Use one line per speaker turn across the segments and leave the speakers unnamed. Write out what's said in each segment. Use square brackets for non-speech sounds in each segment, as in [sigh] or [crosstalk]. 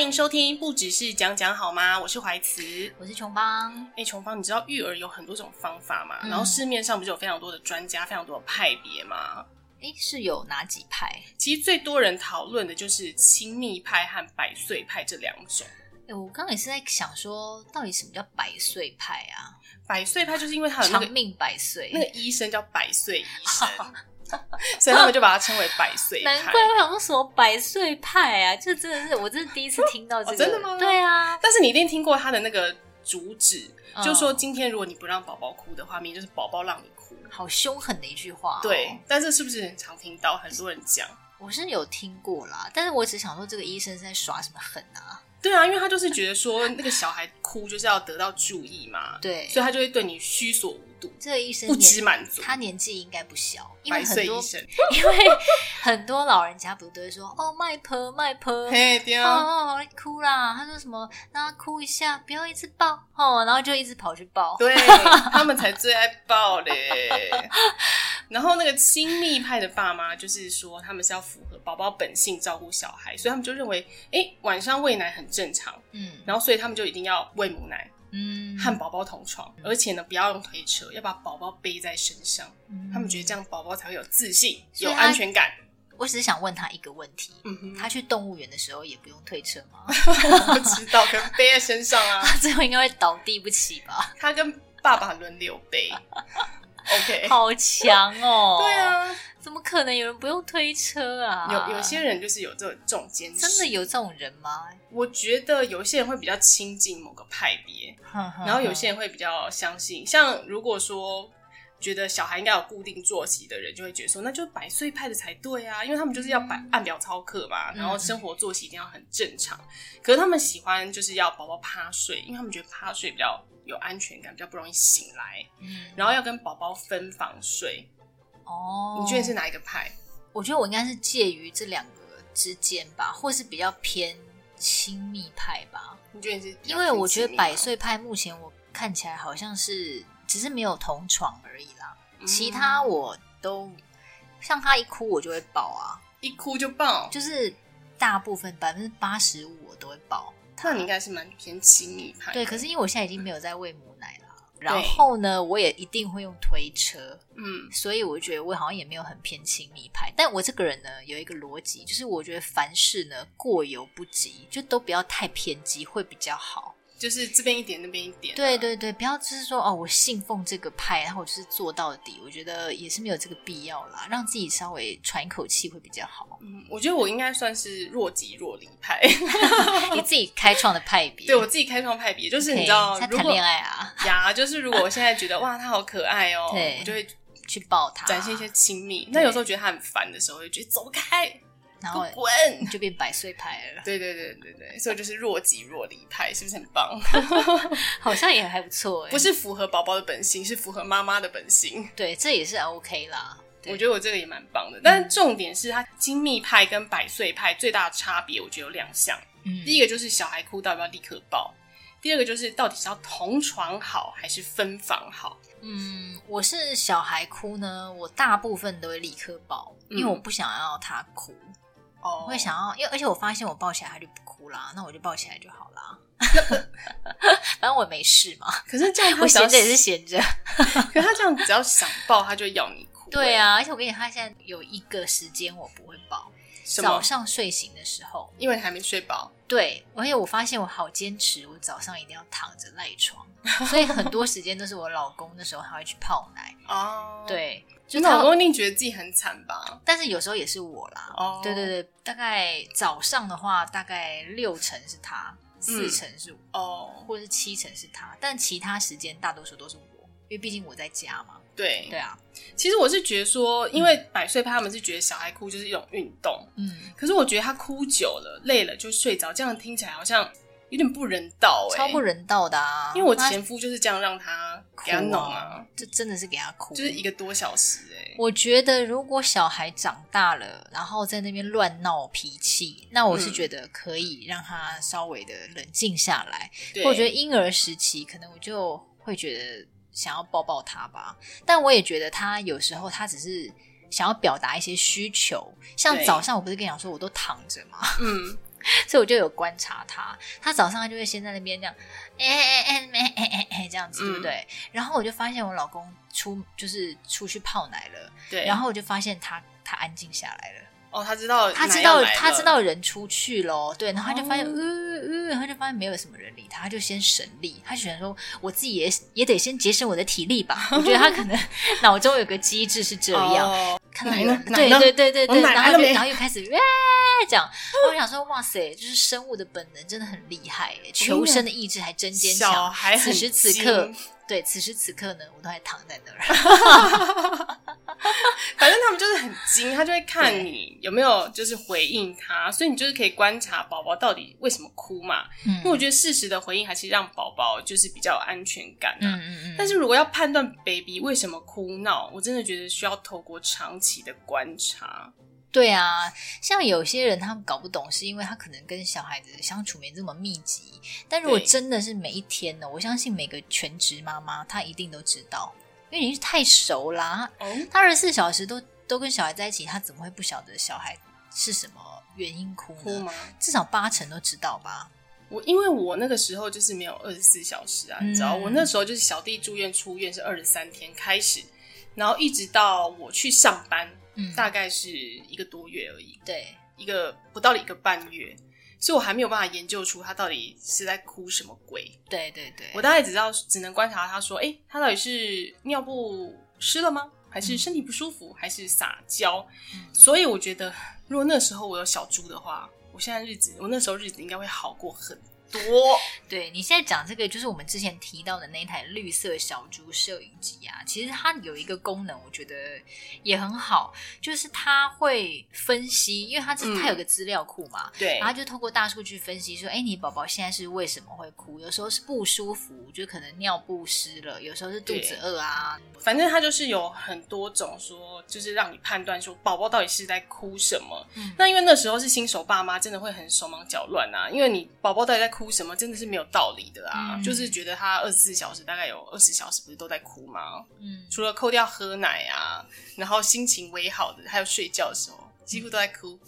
迎收听，不只是讲讲好吗？我是怀慈。
我是琼邦，
哎，琼芳，你知道育儿有很多种方法嘛？
嗯
然后市面上不是有非常多的专家、非常多的派别嘛？
诶，是有哪几派？
其实最多人讨论的就是亲密派和百岁派这两种。
诶，我刚刚也是在想说，到底什么叫百岁派啊？
百岁派就是因为他有那
长
个
命百岁，
那个医生叫百岁医
[laughs]
生，所以他们就把它称为百岁
难
派
怪。我想说什么百岁派啊？这真的是，我这是第一次听到这
哦
个，
真的吗
对啊，
但是你一定听过他的那个主旨，[laughs]
嗯
就说今天如果你不让宝宝哭的话，明天就是宝宝让你哭。
好凶狠的一句话、哦
对，，但是是不是很常听到很多人讲？
我是有听过啦，但是我只想说，这个医生是在耍什么狠啊？
对啊，因为他就是觉得说那个小孩哭就是要得到注意嘛，
对，
所以他就会对你虚所无度，
这个医生
不知
年
满足。
他年纪应该不小，因为
百
很
岁医
多
生，
[laughs] 因为很多老人家不都会说哦卖婆卖婆，
嘿，对啊，
哦，哭啦！他说什么？让他哭一下，不要一直抱哦，然后就一直跑去抱。
[laughs] 对他们才最爱抱嘞。然后那个亲密派的爸妈就是说，他们是要符合宝宝本性照顾小孩，所以他们就认为，哎，晚上喂奶很正常，
嗯
然后所以他们就一定要喂母奶，
嗯，
和宝宝同床，而且呢，不要用推车，要把宝宝背在身上，
嗯
他们觉得这。样宝宝才会有自信、
所
有
以他
安全感。
我只是想问他一个问题：
嗯哼，
他去动物园的时候也不用推车吗？ [laughs]
不知道，可能背在身上啊。 [laughs]
他最后应该会倒地不起吧？
他跟爸爸轮流背。OK，
好强哦！
哎 [laughs] 对，啊，
怎么可能有人不用推车啊？
有有些人就是有这这种坚持。
真的，有这种人吗？
我觉得有一些人会比较亲近某个派
嗯
别，然
然
后有些人会比较相信。像如果说。觉得小孩应该有固定作息的人，就会觉得说，那就是百岁派的才对啊，因为他们就是要百按表操课嘛，
嗯
然后生活作息一定要很正常。可是他们喜欢就是要宝宝趴睡，因为他们觉得趴睡比较有安全感，比较不容易醒来。
嗯，
然后要跟宝宝分房睡。
哦，
你觉得是哪一个派？
我觉得我应该是介于这两个之间吧，或是比较偏亲密派吧。
你觉得你是比较
因为我觉
亲
得
密吗
百岁派目前我看起来好像是只是没有同床而已啦，其他
嗯
我都像他一哭我就会抱啊，
一哭就爆，
就是大部分百分之八十五我都会抱。
那你应该是蛮偏亲密派的。
对，可是因为我现在已经没有在喂母奶啦，然
对
后呢，我也一定会用推车，
嗯，
所以我觉得我好像也没有很偏亲密派。但我这个人呢，有一个逻辑，就是我觉得凡事呢过犹不及，就都不要太偏激会比较好。
就是这边一点那边一点、。
对，对对，不要就是说哦，我信奉这个派，然后我就是做到底，我觉得也是没有这个必要啦，让自己稍微喘一口气会比较好
[laughs] 嗯，我觉得我应该算是若即若离派。 [laughs]
你自己开创的派别，
对我自己开创派别，就是你
OK，
知道，
在
如
谈
果
恋爱啊，
呀，就是如果我现在觉得哇，他好可爱哦、
[laughs] 对
我就会
去抱他，
展现一些，亲密。那有时候觉得他很烦的时候，我就觉得走开，给
然后
我滚。
你就变百岁派了， [laughs]
对对对对对，所以我就是若即若离派，是不是很棒？
好像也还不错哎、
不，是符合宝宝的本性，是符合妈妈的本性。
对，这也是 OK 啦。对
我觉得我这个也蛮棒的，但重点是它精密派跟百岁派最大的差别，我觉得有两项。
嗯，
第一个就是小孩哭到底要不要立刻抱，第二个就是到底是要同床好还是分房好。
嗯，我是小孩哭呢，我大部分都会立刻抱，因为
嗯
我不想要他哭，
哦
我会想要，因为而且我发现我抱起来他就不哭啦，那我就抱起来就好
[laughs]
啦。反正我也没事嘛，
可是这样他
[laughs] 我
只要
闲着也是闲着。
[laughs] 可是他这样只要想抱，他就要你哭。
对，啊，而且我跟你讲，他现在有一个时间我不会抱，
欸什
早
么？
上睡醒的时候。
因为你还没睡饱，
对，而且我发现我好坚持，我早上一定要躺着赖
[laughs]
床，所以很多时间都是我老公那时候他会去泡奶。
哦，，
对，
就
他
老公一定觉得自己很惨吧？
但是有时候也是我啦。
哦
对对对，大概早上的话，大概六成是他，
嗯
四成是我。
哦，
或者是七成是他，但其他时间大多数都是我，因为毕竟我在家嘛。
对
对，啊，
其实我是觉得说，因为百岁派他们是觉得小孩哭就是一种运动，
嗯，
可是我觉得他哭久了、累了就睡着，这样听起来好像有点不人道哎、
超不人道的啊！
因为我
他
前夫就是这样让他
哭
给他弄啊
啊，，这真的是给他哭，
就是一。个多小时哎、
我觉得如果小孩长大了，然后在那边乱闹脾气，那我是
嗯
觉得可以让他稍微的冷静下来。
对，
我觉得婴儿时期，可能我就会觉得想要抱抱他吧。但我也觉得他有时候他只是想要表达一些需求，像
对
早上我不是跟你讲说我都躺着嘛，
嗯，
所以我就有观察他，他早上他就会先在那边这样，哎哎哎哎哎哎哎这样子，
嗯
对不对？然后我就发现我老公出就是出去泡奶了，
对，
然后我就发现他他安静下来了。
哦，他知道，
他知道他知，道人出去喽，对，然后他就发现，
哦
嗯嗯，他就发现没有什么人理他，他就先省力，他就想说，我自己也也得先节省我的体力吧。我觉得他可能 [laughs] 脑中有个机制是这样，
哦、
看到
奶
有
呢
人
奶
对
呢
对对对
我
对，
奶
然
来
后
了
就
没
然后又开始哇
[laughs]
这样，然后我想说，哇塞，就是生物的本能真的很厉害耶，求生的意志还真坚
哦小
强。
孩很
此时此刻
精，
对，此时此刻呢，我都还躺在那
[laughs]
儿。
反正他们就是很精，他就会看
对
你有没有就是回应他，所以你就是可以观察宝宝到底为什么哭嘛。
嗯
因为我觉得适时的回应还是让宝宝就是比较有安全感啊。
嗯嗯嗯，
但是如果要判断 baby 为什么哭闹，我真的觉得需要透过长期的观察。
对啊，像有些人他们搞不懂，是因为他可能跟小孩子相处没这么密集。但如果
对
真的是每一天呢，我相信每个全职妈妈她一定都知道，因为你是太熟啦，
哦，
她二十四小时都都跟小孩在一起，她怎么会不晓得小孩是什么原因哭
哭
呢？
吗？
至少八成都知道吧。
我因为我那个时候就是没有二十四小时啊，
嗯
你知道，我那时候就是小弟住院出院是二十三天开始，然后一直到我去上班，
嗯，
大概是一个多月而已，
对，
一个不到一个半月，所以我还没有办法研究出他到底是在哭什么鬼。
对对对，
我大概只知道，只能观察他说，诶，他到底是尿布湿了吗？还是身体不舒服？还是撒娇？
嗯
所以我觉得，如果那时候我有小猪的话，我现在日子，我那时候日子应该会好过很
[laughs]
多。
对你现在讲这个，就是我们之前提到的那一台绿色小猪摄影机啊。其实它有一个功能，我觉得也很好，就是它会分析，因为它是、
嗯
它有个资料库嘛，
对，
然后就透过大数据分析说，哎，你宝宝现在是为什么会哭？有时候是不舒服，就可能尿布湿了；有时候是肚
对
子饿啊。
反正它就是有很多种说，就是让你判断说宝宝到底是在哭什么。
嗯
那因为那时候是新手爸妈，真的会很手忙脚乱啊，因为你宝宝到底在哭什么，真的是没有道理的啊。
嗯
就是觉得他二十四小时大概有二十小时不是都在哭吗？
嗯，
除了扣掉喝奶啊，然后心情微好的，还有睡觉的时候，几乎都在哭。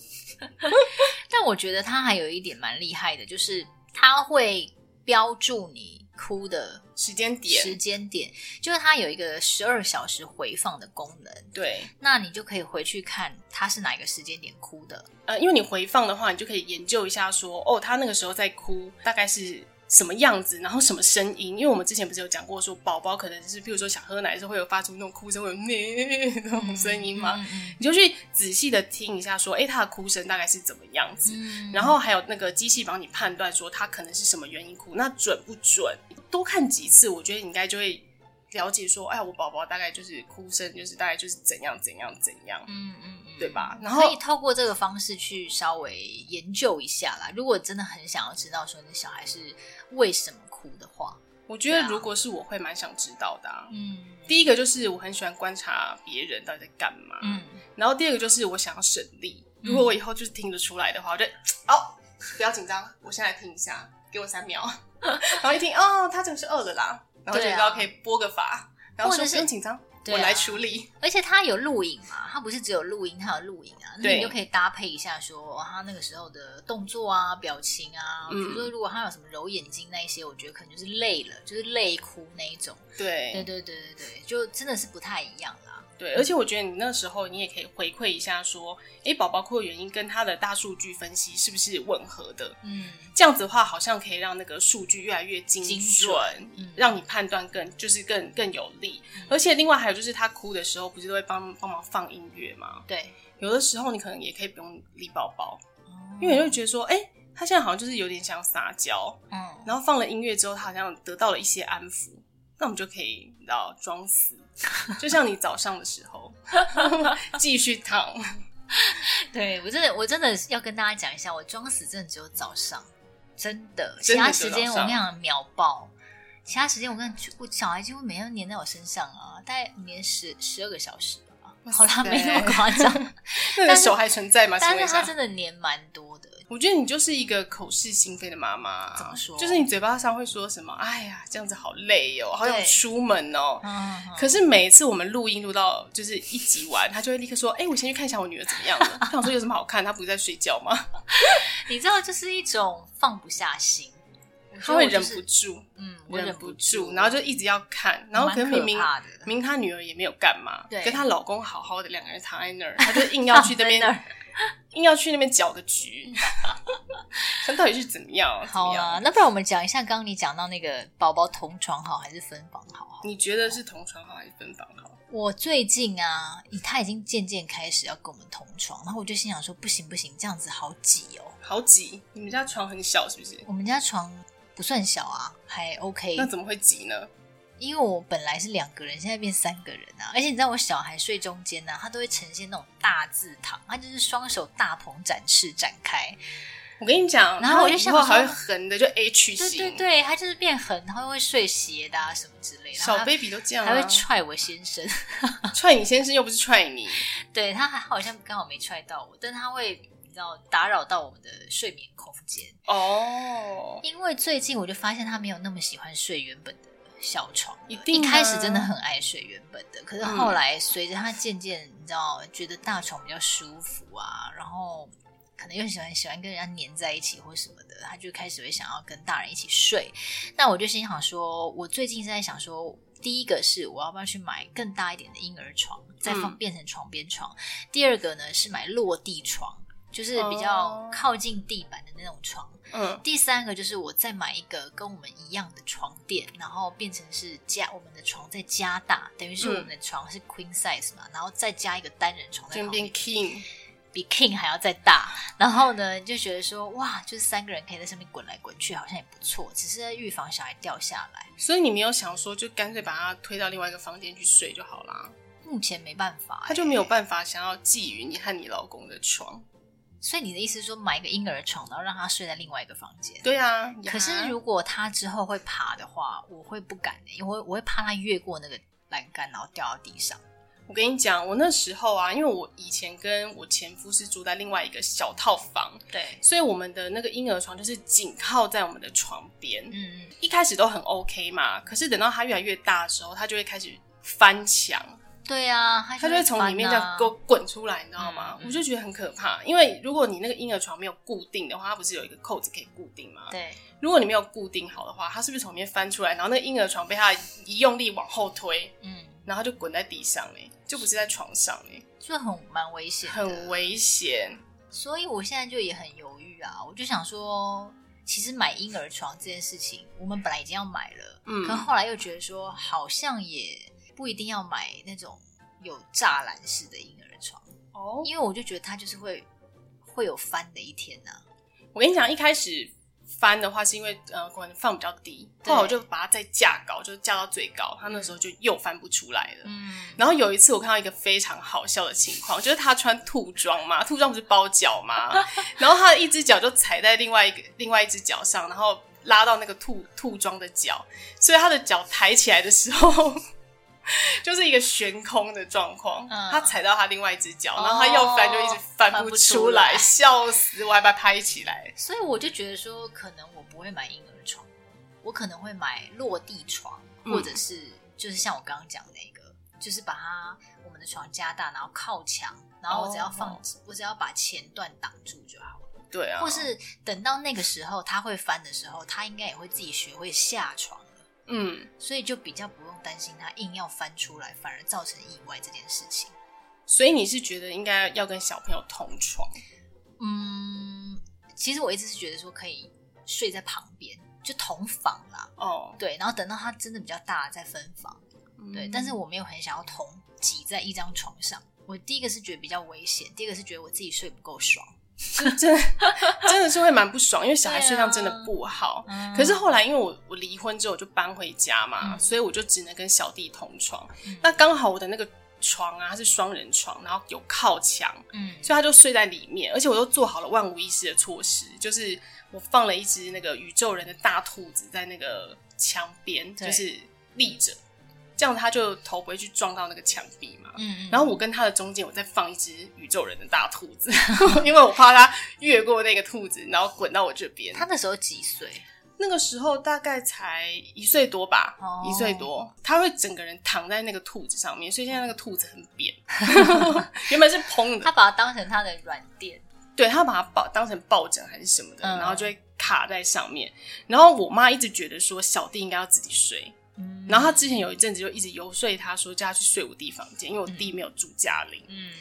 但我觉得它还有一点蛮厉害的，就是它会标注你哭的
时间
时
点，
间点，就是它有一个十二小时回放的功能。
对，
那你就可以回去看他是哪一个时间点哭
[laughs]
的。
呃，因为你回放的话，你就可以研究一下说，哦，他那个时候在哭，大概是什么样子，然后什么声音。因为我们之前不是有讲过说，宝宝可能就是，譬如说想喝奶的时候会有发出那种哭声，会有咩那种声音吗？
嗯
你就去仔细的听一下，说，哎、他的哭声大概是怎么样子？
嗯
[laughs] 然后还有那个机器帮你判断说他可能是什么原因哭，那准不准？多看几次，我觉得你应该就会了解说，哎呀，我宝宝大概就是哭声，就是大概就是怎样怎样怎样。
嗯嗯嗯，
对吧然
可
后
以透过这个方式去稍微研究一下啦。如果真的很想要知道说你小孩是为什么哭的话，
我觉得
对啊
如果是我会蛮想知道的、啊。
嗯
第一个就是我很喜欢观察别人到底在干嘛，
嗯，
然后第二个就是我想要省力。
嗯
如果我以后就是听得出来的话，我就哦，不要紧张，我先来听一下，给我三
[laughs]
秒，然后一听哦，他真的是饿了啦，然后就
对
知
啊
道可以拨个法，然后
或
说
者是
不用紧张，
对啊
我来处理。
而且它有录影嘛，它不是只有录音，它有录影啊，那你
对
就可以搭配一下说他那个时候的动作啊、表情啊，比
嗯
如说如果他有什么揉眼睛那一些，我觉得可能就是累了，就是累哭那一种。对
对
对对对对，就真的是不太一样啦。
对，而且我觉得你那时候你也可以回馈一下，说，诶，宝宝哭的原因跟他的大数据分析是不是吻合的？
嗯，
这样子的话，好像可以让那个数据越来越精准，
精准嗯
让你判断更就是更更有力。而且另外还有就是，他哭的时候不是都会帮帮忙放音乐吗？
对，
有的时候你可能也可以不用理宝宝，
嗯
因为
哦
你会觉得说，哎、他现在好像就是有点想撒娇，
嗯，
然后放了音乐之后，他好像得到了一些安抚，那我们就可以你知道装
[laughs]
死，就像你早上的时候继续躺，
对我真的我真的要跟大家讲一下，我装死真的只有早上，真的，其
真的
他
只
时
有
间
早
我跟你
上
讲秒爆。其他时间我跟你我小孩几乎每天都黏在我身上啊，大概黏十十二个小时吧。
哇
好啦，
塞
没那么夸张，
[laughs] 那个
但是
手还存在吗？请
但
问一
是他
下，
真的黏蛮多的，
我觉得你就是一个口是心非的妈妈。
怎么说
就是你嘴巴上会说什么？哎呀，这样子好累哦，好想
对
出门哦。
嗯，嗯
可是每一次我们录音录到就是一集完，他就会立刻说：“哎、我先去看一下我女儿怎么样了。” [laughs] 我想说有什么好看？她不是在睡觉吗？
你知道，就是一种放不下心，我觉
她
得
会
我就
忍
是
不，住，
嗯，我
忍
忍
不
住
住，，然后就一直要看，然后
蛮
可能明明
怕的
明明她女儿也没有干嘛，
对
跟她老公好好的两个人躺在那儿，
[laughs]
她就硬要去那
躺在
边， [laughs] 硬要去那边搅个局， [laughs] 她到底是怎么样啊？怎
好
么
啊，
样？
那不然我们讲一下，刚刚你讲到那个宝宝同床好还是分房好？
你觉得是同床好还是分房好？
我最近啊，他已经渐渐开始要跟我们同床，然后我就心想说，不行不行，这样子好挤哦。
好挤，你们家床很小是不是？
我们家床不算小啊，还 OK。
那怎么会挤呢？
因为我本来是两个人，现在变三个人啊！而且你知道我小孩睡中间呢、他都会呈现那种大字躺，他就是双手大鹏展翅展开，
我跟你讲，
然后我就
她
想
以后还会
说
横的，就 H
对
型，
对对，他就是变横，他会睡斜的啊什么之类的，
小
然后
baby 都这
他
样、啊，
还会
[laughs]
踹我先生， [laughs]
踹你先生又不是踹你，
对他还好像刚好没踹到我，但他会你知道打扰到我们的睡眠空间，
哦，
因为最近我就发现他没有那么喜欢睡原本的小床了，
一定啊嗯
开始真的很爱睡原本的，可是后来随着他渐渐，你知道，觉得大床比较舒服啊，然后可能又喜欢喜欢跟人家黏在一起或什么的，他就开始会想要跟大人一起睡。那我就心想说，我最近是在想说。第一个是我要不要去买更大一点的婴儿床，再放
嗯
变成床边床。第二个呢是买落地床，就是比较
哦
靠近地板的那种床。
嗯，
第三个就是我再买一个跟我们一样的床垫，然后变成是加我们的床再加大，等于是
嗯
我们的床是 queen size 嘛，然后再加一个单人床在
天
旁
边
边，
king。
比 king 还要再大。然后呢，就觉得说哇，就是三个人可以在上面滚来滚去，好像也不错，只是在预防小孩掉下来。
所以你没有想说，就干脆把他推到另外一个房间去睡就好啦。
目前没办法、
他就没有办法想要觊觎你和你老公的床。
所以你的意思是说买一个婴儿床，然后让他睡在另外一个房间？
对啊，呀
可是如果他之后会爬的话，我会不敢、欸，因为我我会怕他越过那个栏杆，然后掉到地上。
我跟你讲，我那时候啊，因为我以前跟我前夫是住在另外一个小套房，
对，
所以我们的那个婴儿床就是紧靠在我们的床边。
嗯，
一开始都很 OK 嘛，可是等到他越来越大的时候，他就会开始翻墙，
对啊，他
它就
会
会从里面这样给我
勾。
滚出来，你知道吗？
啊嗯嗯
我就觉得很可怕，因为如果你那个婴儿床没有固定的话，它不是有一个扣子可以固定吗？
对，
如果你没有固定好的话，它是不是从里面翻出来，然后那个婴儿床被它一用力往后推，
嗯，
然后就滚在地上嘞、就不是在床上嘞、
就很蛮危险，
很。危险。
所以我现在就也很犹豫啊，我就想说，其实买婴儿床这件事情，我们本来已经要买了，
嗯
可后来又觉得说，好像也不一定要买那种有栅栏式的婴儿床，
哦，
因为我就觉得它就是会会有翻的一天啊呐、
我跟你讲，一开始翻的话是因为呃可能放比较低，
对
后来我就把它再架高，就架到最高，它那时候就又翻不出来了。
嗯，
然后有一次我看到一个非常好笑的情况，就是他穿兔装嘛，兔装不是包脚嘛， [laughs] 然后他的一只脚就踩在另外一个另外一只脚上，然后拉到那个兔兔装的脚，所以他的脚抬起来的时候。 [laughs] 就是一个悬空的状况，
嗯
他踩到他另外一只脚，
哦
然后他要翻就一直翻
翻不出
出
来
笑死我，还把他拍起来。
所以我就觉得说，可能我不会买婴儿床，我可能会买落地床，
嗯
或者是就是像我刚刚讲那个，就是把它我们的床加大，然后靠墙，然后我只要放，
哦
我只要把前段挡住就好了。
对啊，
或是等到那个时候它会翻的时候，它应该也会自己学会下床了，
嗯，
所以就比较不用担心它硬要翻出来，反而造成意外这件事情。
所以你是觉得应该要跟小朋友同床？
嗯，其实我一直是觉得说可以睡在旁边，就同房啦。
哦，
对，然后等到它真的比较大了再分房。对，但是
我
我没有很想要同挤在一张床上。我第一个是觉得比较危险，第二个是觉得我自己睡不够爽。
真的 [laughs] 真的是会蛮不爽，因为小孩睡量真的不好。
啊
嗯可是后来，因为我我离婚之后我就搬回家嘛，
嗯
所以我就只能跟小弟同床。
嗯
那刚好我的那个床啊是双人床，然后有靠墙，
嗯，
所以他就睡在里面。而且我都做好了万无一失的措施，就是我放了一只那个宇宙人的大兔子在那个墙边，
对
就是立着，这样他就头不会去撞到那个墙壁嘛。
嗯，
然后我跟他的中间，我再放一只宇宙人的大兔子， [laughs] 因为我怕它越过那个兔子，然后滚到我这边。
嗯他那时候几岁？
那个时候大概才一岁多吧，
哦
一岁多，他会整个人躺在那个兔子上面，所以现在那个兔子很 [laughs] 扁，原本是蓬
他
的，
把它当成他的软垫，
对他把它抱当成抱枕还是什么的，
嗯
然后就会卡在上面。然后我妈一直觉得说小弟应该要自己睡，
嗯
然后她之前有一阵子就一直游说她说叫她去睡我弟房间，因为我弟没有住家里。
嗯，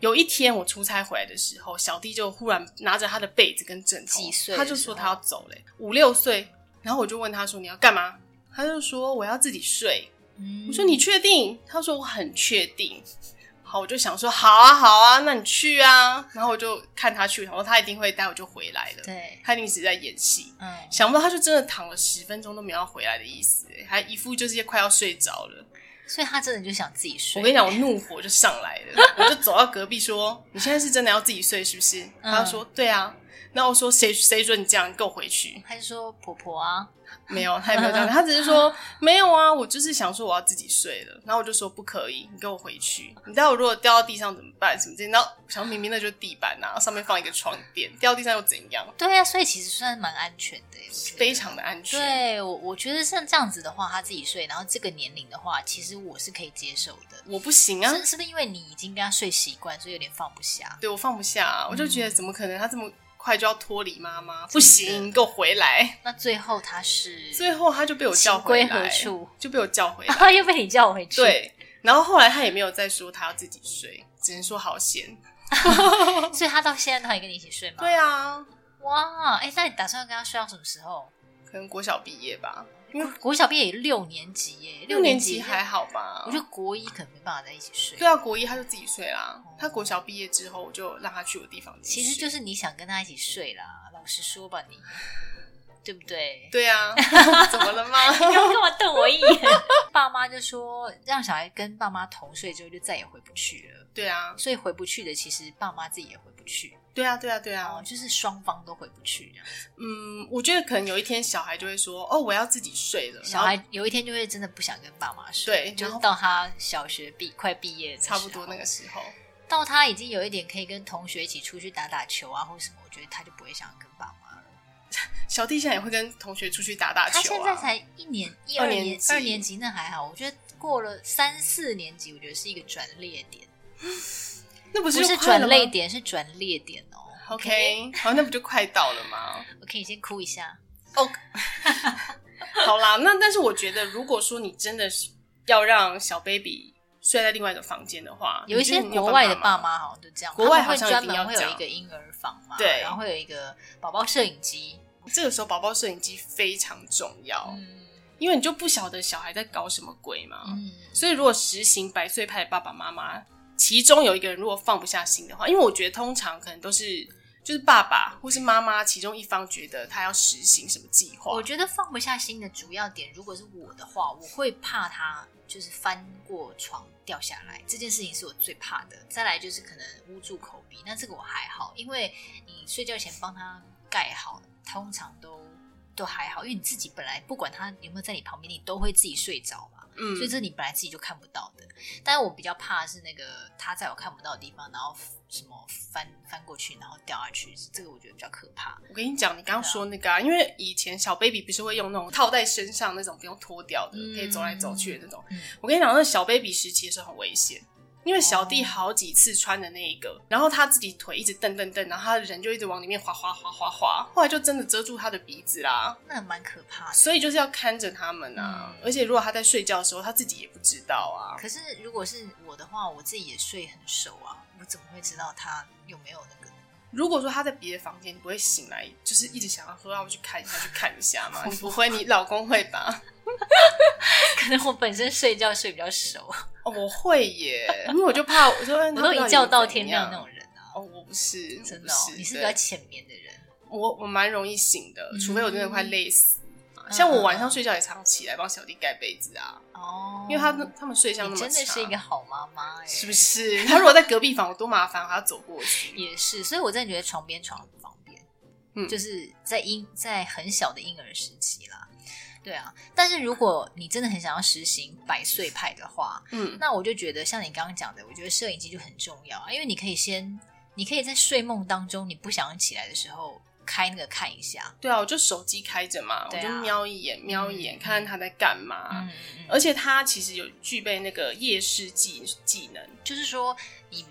有一天我出差回来的时候，小弟就忽然拿着他的被子跟枕头，
几岁的时候
他就说他要走嘞、五六岁。然后我就问他说你要干嘛？他就说我要自己睡。
嗯
我说你确定？他说我很确定。好，我就想说好啊好啊，那你去啊。然后我就看他去，然后他一定会待会就回来的。
对，
他一定是在演戏。
嗯，
想不到他就真的躺了十分钟都没有要回来的意思、欸还一副就是快要睡着了。
所以他真的就想自己
我
睡。
跟你讲，我怒火就上来
[laughs]
了，我就走到隔壁说：“你现在是真的要自己睡是不是？”
嗯
他说：“对啊。”然后我说：“谁谁准你这样？你给我回去
他就说婆婆啊，！”
没有，他也没有这
[laughs]
样，他只是说：“没有啊，我就是想说我要自己睡了。”然后我就说：“不可以，你给我回去！你待会如果掉到地上怎么办？什么之类的？”然后我想明明那就是地板啊，上面放一个床垫，掉地上又怎样？
对啊，所以其实算蛮安全的耶，我觉得
非常的安全。
对我，我觉得像这样子的话，他自己睡，然后这个年龄的话，其实我是可以接受的。
我不行啊，
是是不是因为你已经跟他睡习惯，所以有点放不下？
对我放不下、啊，我就
嗯
觉得怎么可能他这么快就要脱离妈妈？
的
不行，你给我回来！
那最后他是
最后他就被我叫
情
回
归
来，
何处？
就被我叫回
[laughs]
来。
啊，又被你叫回去。，
对，然后后来他也没有再说他要自己睡，只能说好险。
所以他到现在都还跟你一起睡吗？
对啊，
哇，哎、那你打算跟他睡到什么时候？
可能国小毕业吧，
国小毕业也六年级耶，
六
年
年级还，好吧？
我觉得国一可能没办法在一起睡。
对啊，国一他就自己睡啦。他国小毕业之后，我就让他去我地方
其实就是是你想跟他一起睡啦，老实说吧你，对不对？
对啊，怎么
[laughs]
了吗？
你 [laughs] 干嘛干嘛瞪我一眼？ [laughs] 爸妈就说让小孩跟爸妈同睡之后就再也回不去了，
对啊，
所以回不去的其实爸妈自己也回不去，
对啊，对啊，对
哦
啊，。
就是双方都回不去这样。
嗯，我觉得可能有一天小孩就会说：“哦，我要自己睡了。”
小
然后
孩有一天就会真的不想跟爸妈睡，
对
就
然
是
后
到他小学毕快毕业的时
差
候，
不多那个时候，
到他已经有一点可以跟同学一起出去打打球啊或什么，我觉得他就不会想跟爸妈了。
小弟现在也会跟同学出去打打球、啊。
他现在才一年一二
二
年
年级
二年级那还好，我觉得过了三四年级，我觉得是一个转捩点，
那不
不
是
是
就快
转
了吗
泪点，是转裂点哦。
OK，好，那不就快到了吗？
我可以先哭一下。
[laughs] 好啦，那但是我觉得，如果说你真的是要让小 baby 睡在另外一个房间的话，
有一
哦你
些
觉得你有
国外的
办
爸
法吗，
妈好像都这样，
国外
他
好
们会
像
专
一定要
门会有
这
一
样
个婴儿房嘛，
对
然后会有一个宝宝摄影机，
这个时候宝宝摄影机非常重要，
嗯
因为你就不晓得小孩在搞什么鬼嘛。
嗯，
所以如果实行百岁派的爸爸妈妈，其中有一个人如果放不下心的话，因为我觉得通常可能都是。就是爸爸或是妈妈，其中一方觉得他要实行什么计划，
我觉得放不下心的主要点，如果是我的话，我会怕他就是翻过床掉下来，这件事情是我最怕的。再来就是可能捂住口鼻，那这个我还好，因为你睡觉前帮他盖好，通常都都还好，因为你自己本来不管他有没有在你旁边，你都会自己睡着嘛，
嗯
所以这你本来自己就看不到的。但是我比较怕的是那个他在我看不到的地方，然后什么翻翻过去，然后掉下去，这个我觉得比较可怕。
我跟你讲，你刚刚说那个啊，因为以前小 baby 不是会用那种套在身上那种不用脱掉的，
嗯
可以走来走去的那种。
嗯
我跟你讲，那小 baby 时期是很危险，因为小
哦
弟好几次穿的那一个，然后他自己腿一直蹬蹬蹬，然后他的人就一直往里面滑滑滑滑滑，后来就真的遮住他的鼻子啦。
那蛮可怕的。
所以就是要看着他们啊，
嗯
而且如果他在睡觉的时候，他自己也不知道啊。
可是如果是我的话，我自己也睡很熟啊，我怎么会知道他有没有那个？
如果说他在别的房间，你不会醒来，就是一直想要说让我去看一下，去看一下
[laughs]
嘛？你不会，你老公会吧？
[laughs] 可能我本身睡觉睡比较熟，
哦，我会 [laughs] 耶，因为我就怕，我说哎
我都一觉到天亮那。
哎他不知道你怎样
种人啊，
哦，我不是，
真的、
我
哦
不，是
你是比
对
较浅眠的人。
我我蛮容易醒的，
嗯
除非我真的快累死。
嗯
像我晚上睡觉也常起来帮小弟盖被子啊，
哦，
因为他们他们睡相那么
你真的
长
是一个好妈妈哎、
是不是？
[laughs]
他如果在隔壁房，我多麻烦，我还要走过去。
也是，所以我真的觉得床边床很方便，
嗯
就是在婴在很小的婴儿时期啦。对啊，但是如果你真的很想要实行百岁派的话，
嗯，
那我就觉得像你刚刚讲的，我觉得摄影机就很重要啊，因为你可以先，你可以在睡梦当中，你不想起来的时候开那个看一下，
对啊，我就手机开着嘛，我
对啊
就瞄一眼，瞄一眼，
嗯
看看他在干嘛。
嗯，嗯
而且他其实有具备那个夜视技技能，
就是说你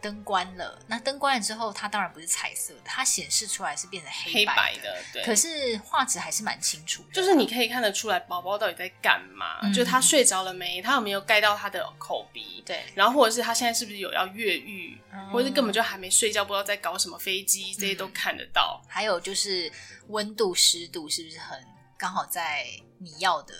灯关了，那灯关了之后，它当然不是彩色的，它显示出来是变成
黑
白
白的，对。
可是画质还是蛮清楚的，
就是你可以看得出来宝宝到底在干嘛，
嗯
就是他睡着了没，他有没有盖到他的口鼻，
对，
然后或者是他现在是不是有要越狱，
嗯
或者是根本就还没睡觉，不知道在搞什么飞机，这些都看得到。
还有就是温度、湿度是不是很刚好在你要的？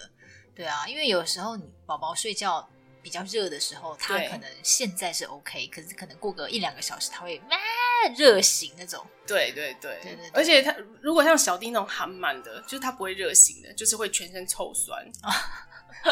对啊，因为有时候你宝宝睡觉比较热的时候，他
对
可能现在是 OK，可是可能过个一两个小时，他会哇热醒那种。
对对对，
对对对
而且他如果像小弟那种寒满的，就是他不会热醒的，就是会全身臭酸。
哦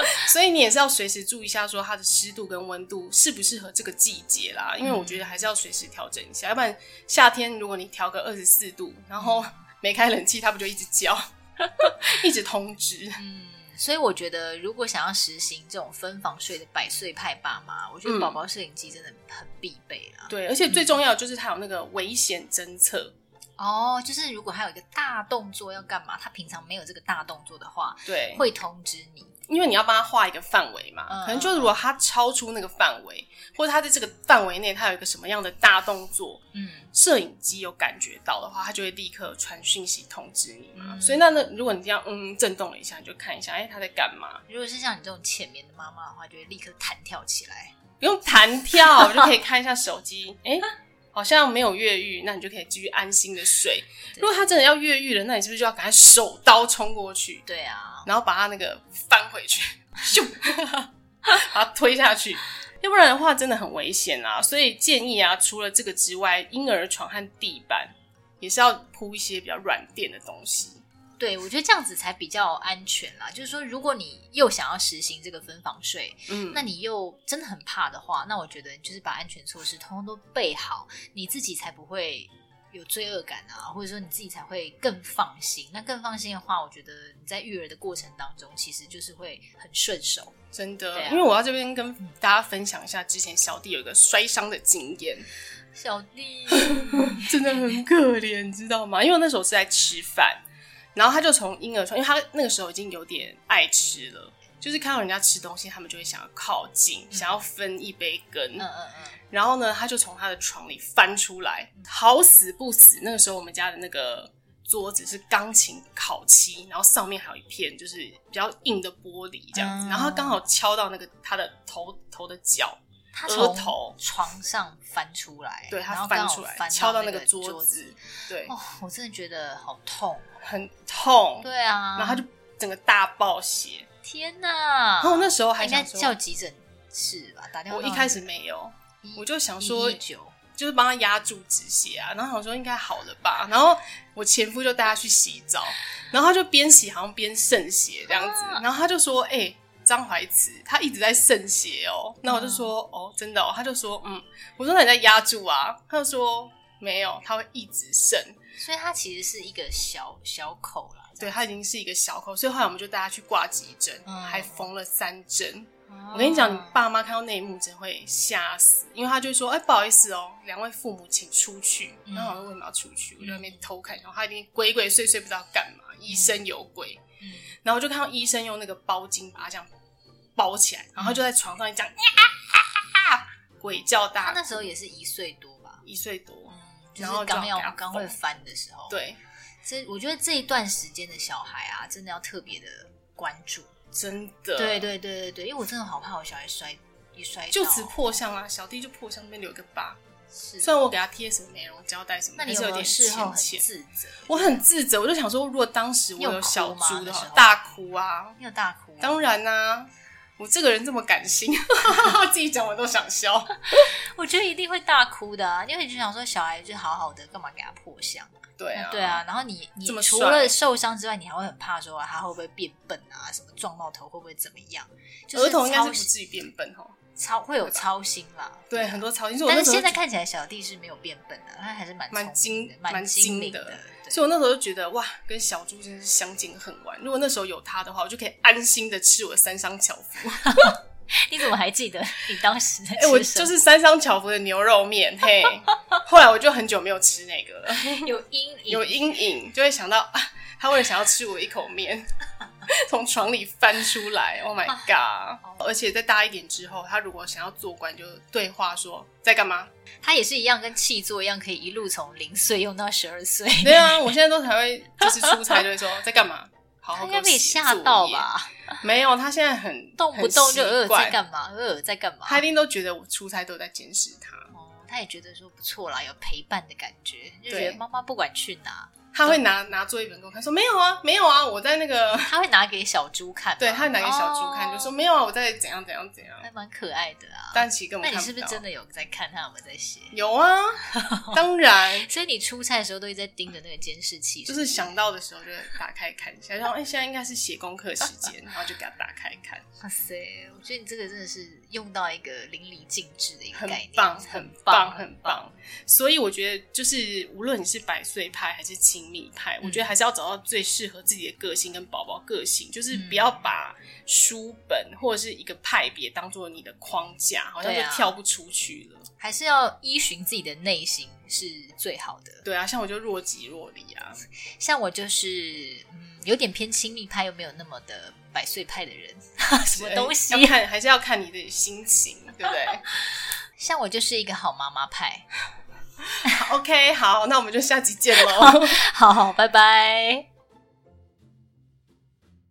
[laughs] 所以你也是要随时注意一下，说它的湿度跟温度适不适合这个季节
嗯
啦。因为我觉得还是要随时调整一下，要不然夏天如果你调个二十四度，然后
嗯
没开冷气，它不就一直叫， [laughs] 一直通知？
嗯，所以我觉得如果想要实行这种分房睡的百岁派爸妈，我觉得
嗯
宝宝摄影机真的很必备啦。
对，而且最重要的就是它有那个危险侦测，
哦，就是如果他有一个大动作要干嘛，他平常没有这个大动作的话，
对，
会通知你。
因为你要帮他画一个范围嘛，
嗯
可能就是如果他超出那个范围，或者他在这个范围内他有一个什么样的大动作，
嗯，
摄影机有感觉到的话，他就会立刻传讯息通知你嘛。
嗯
所以那那如果你这样嗯震动了一下，你就看一下，哎、他在干嘛？
如果是像你这种浅眠的妈妈的话，就会立刻弹跳起来。
不用弹跳，就可以看一下手机，哎、好像没有越狱，那你就可以继续安心的睡。
对
如果他真的要越狱了，那你是不是就要赶快手刀冲过去，
对啊，
然后把他那个翻回去，咻， [laughs] 把他推下去。要不然的话，真的很危险啊！所以建议啊，除了这个之外，婴儿床和地板也是要铺一些比较软垫的东西。
对我觉得这样子才比较安全啦。就是说，如果你又想要实行这个分房睡，
嗯，
那你又真的很怕的话，那我觉得就是把安全措施通通都备好，你自己才不会有罪恶感啊，或者说你自己才会更放心。那更放心的话，我觉得你在育儿的过程当中，其实就是会很顺手。
真的，
对啊
因为我要这边跟大家分享一下之前小弟有一个摔伤的经验，
小弟，嗯
真的很可怜，知道吗？因为我那时候是在吃饭，然后他就从婴儿床，因为他那个时候已经有点爱吃了，就是看到人家吃东西，他们就会想要靠近，想要分一杯羹。
嗯嗯嗯，
然后呢，他就从他的床里翻出来，好死不死，那个时候我们家的那个桌子是钢琴烤漆，然后上面还有一片就是比较硬的玻璃这样子，
嗯
然后他刚好敲到那个他的头头的角，
他
额
从
头
床上翻出来，
对
然
他
后刚
翻
好
出来
翻
敲
到
那
个
个桌
子。
对，
哦，我真的觉得好痛。哦
很痛，
对啊，
哦然后他就整个大爆血。
天哪！
然后我那时候还
哎应该
想
叫
说，
急诊室吧，打电话。
我一开始没有，
一，
我就想说
九，
就是帮他压住止血啊，然后想说应该好了吧，然后我前夫就带他去洗澡，然后他就边洗好像边渗血这样子，然后他就说：“哎、张怀慈他一直在渗血哦。”那我就说：“哦，真的哦。”他就说：“嗯。”我说：“那你在压住啊？”他就说：“没有，他会一直渗。
所以它其实是一个小小口啦。”
对，他已经是一个小口，所以后来我们就带他去挂急诊，
嗯
还缝了三针。
哦
我跟你讲，你爸妈看到那一幕真会吓死，因为他就会说：“哎、不好意思哦，两位父母请出去。”
嗯
然后我说：“为什么要出去？”我就在那边偷看，然后他一定鬼鬼祟祟不知道干嘛，疑神有鬼。
嗯
然后我就看到医生用那个包巾把他这样包起来，然后就在床上这样、啊鬼叫
嗯他
大哭，
那时候也是一岁多吧，
一岁多
嗯，，就
然后
是
就要
刚
给他
要刚会
缝
翻的时候。，
对，
这我觉得这一段时间的小孩啊，真的要特别的关注。
真的，
对，对对对对，因为我真的好怕我小孩摔一摔
就
到
此破相啊，小弟就破相那边留一个疤，
是
虽然我给他贴什么美容胶带什么，
那你
还是
有没有
点
事后
浅
很
浅。
自责？
我很自责，我就想说，如果当时我有小猪
你有哭吗那
的
时
话，
候
大哭啊！
你有大哭？
当然啦、我这个人这么感性， [laughs] 自己讲我都想笑。
我觉得一定会大哭的啊，因为你就想说小孩就好好的，干嘛给他破相？
对啊，
对啊，然后你你
这么
除
帅
了受伤之外，你还会很怕说啊他会不会变笨啊，什么撞到头会不会怎么样？就是
儿童应该是
操
不至于变笨哦。
操会有操心啦。
对，很多操心。所以我
啊但
那
是
时候
现在
就
看起来小弟是没有变笨的，他还是蛮
蛮
聪
精
明的
蛮
蛮精
精
明
的
的。
所以我那时候就觉得哇，跟小猪真是相见恨晚。如果那时候有他的话，我就可以安心的吃我的三商巧福。
对你怎么还记得你当时在
哎、
吃
我
什
就
么
是三商巧福的牛肉面，嘿。后来我就很久没有吃那个了，
有阴影，
有阴影，就会想到啊，他为了想要吃我一口面， [laughs] 从床里翻出来，Oh my
[laughs]
god！而且再大一点之后，他如果想要做官，就对话说在干
[laughs]
嘛？
他也是一样，跟气作一样，可以一路从零岁用到十
[laughs]
二岁。
对啊，我现在都才会就是出差就会说在干嘛。好
他
好给
应该
我
被
写
吓
作
到
业？
吧？
没有，他现在很
动不动就
很习
呃
惯
在干嘛？呃在干嘛？
他一定都觉得我出差都有在监视他，
哦，他也觉得说不错啦，有陪伴的感觉，就
对
觉得妈妈不管去哪，
他会
嗯
拿拿作业本给我看，说没有啊，没有啊，我在那个，
他会拿给小猪看嘛，
对，他拿给小猪看，
哦
就说没有啊，我在怎样怎样怎样，
还蛮可爱的啊。
但其实根
那
本
你
看
是不是
到
真的有在看他有没有在写？
有
[laughs]
啊，当然，
所以你出差的时候都一直在盯着那个监视器，
就是想到的时候就打开看一下，然后哎、现在应该是写功课时
[laughs]
间，然后就给它打开看，
哇塞，我觉得你这个真的是用到一个淋漓尽致的一个
很
概念，
棒，
很
棒，
很
很棒。所以我觉得，就是无论你是百岁派还是亲密派，
嗯
我觉得还是要找到最适合自己的个性跟宝宝个性，就是不要把书本或者是一个派别当做你的框架，好像就
对啊
跳不出去了。
还是要依循自己的内心是最好的。
对啊，像我就若即若离啊，
像我就是，嗯，有点偏亲密派，又没有那么的百岁派的人， [laughs] 什么东西啊
要看还是要看你的心情，对不对
像我就是一个好妈妈派。 [laughs]
好？OK，好，那我们就下集见喽。
好，拜拜。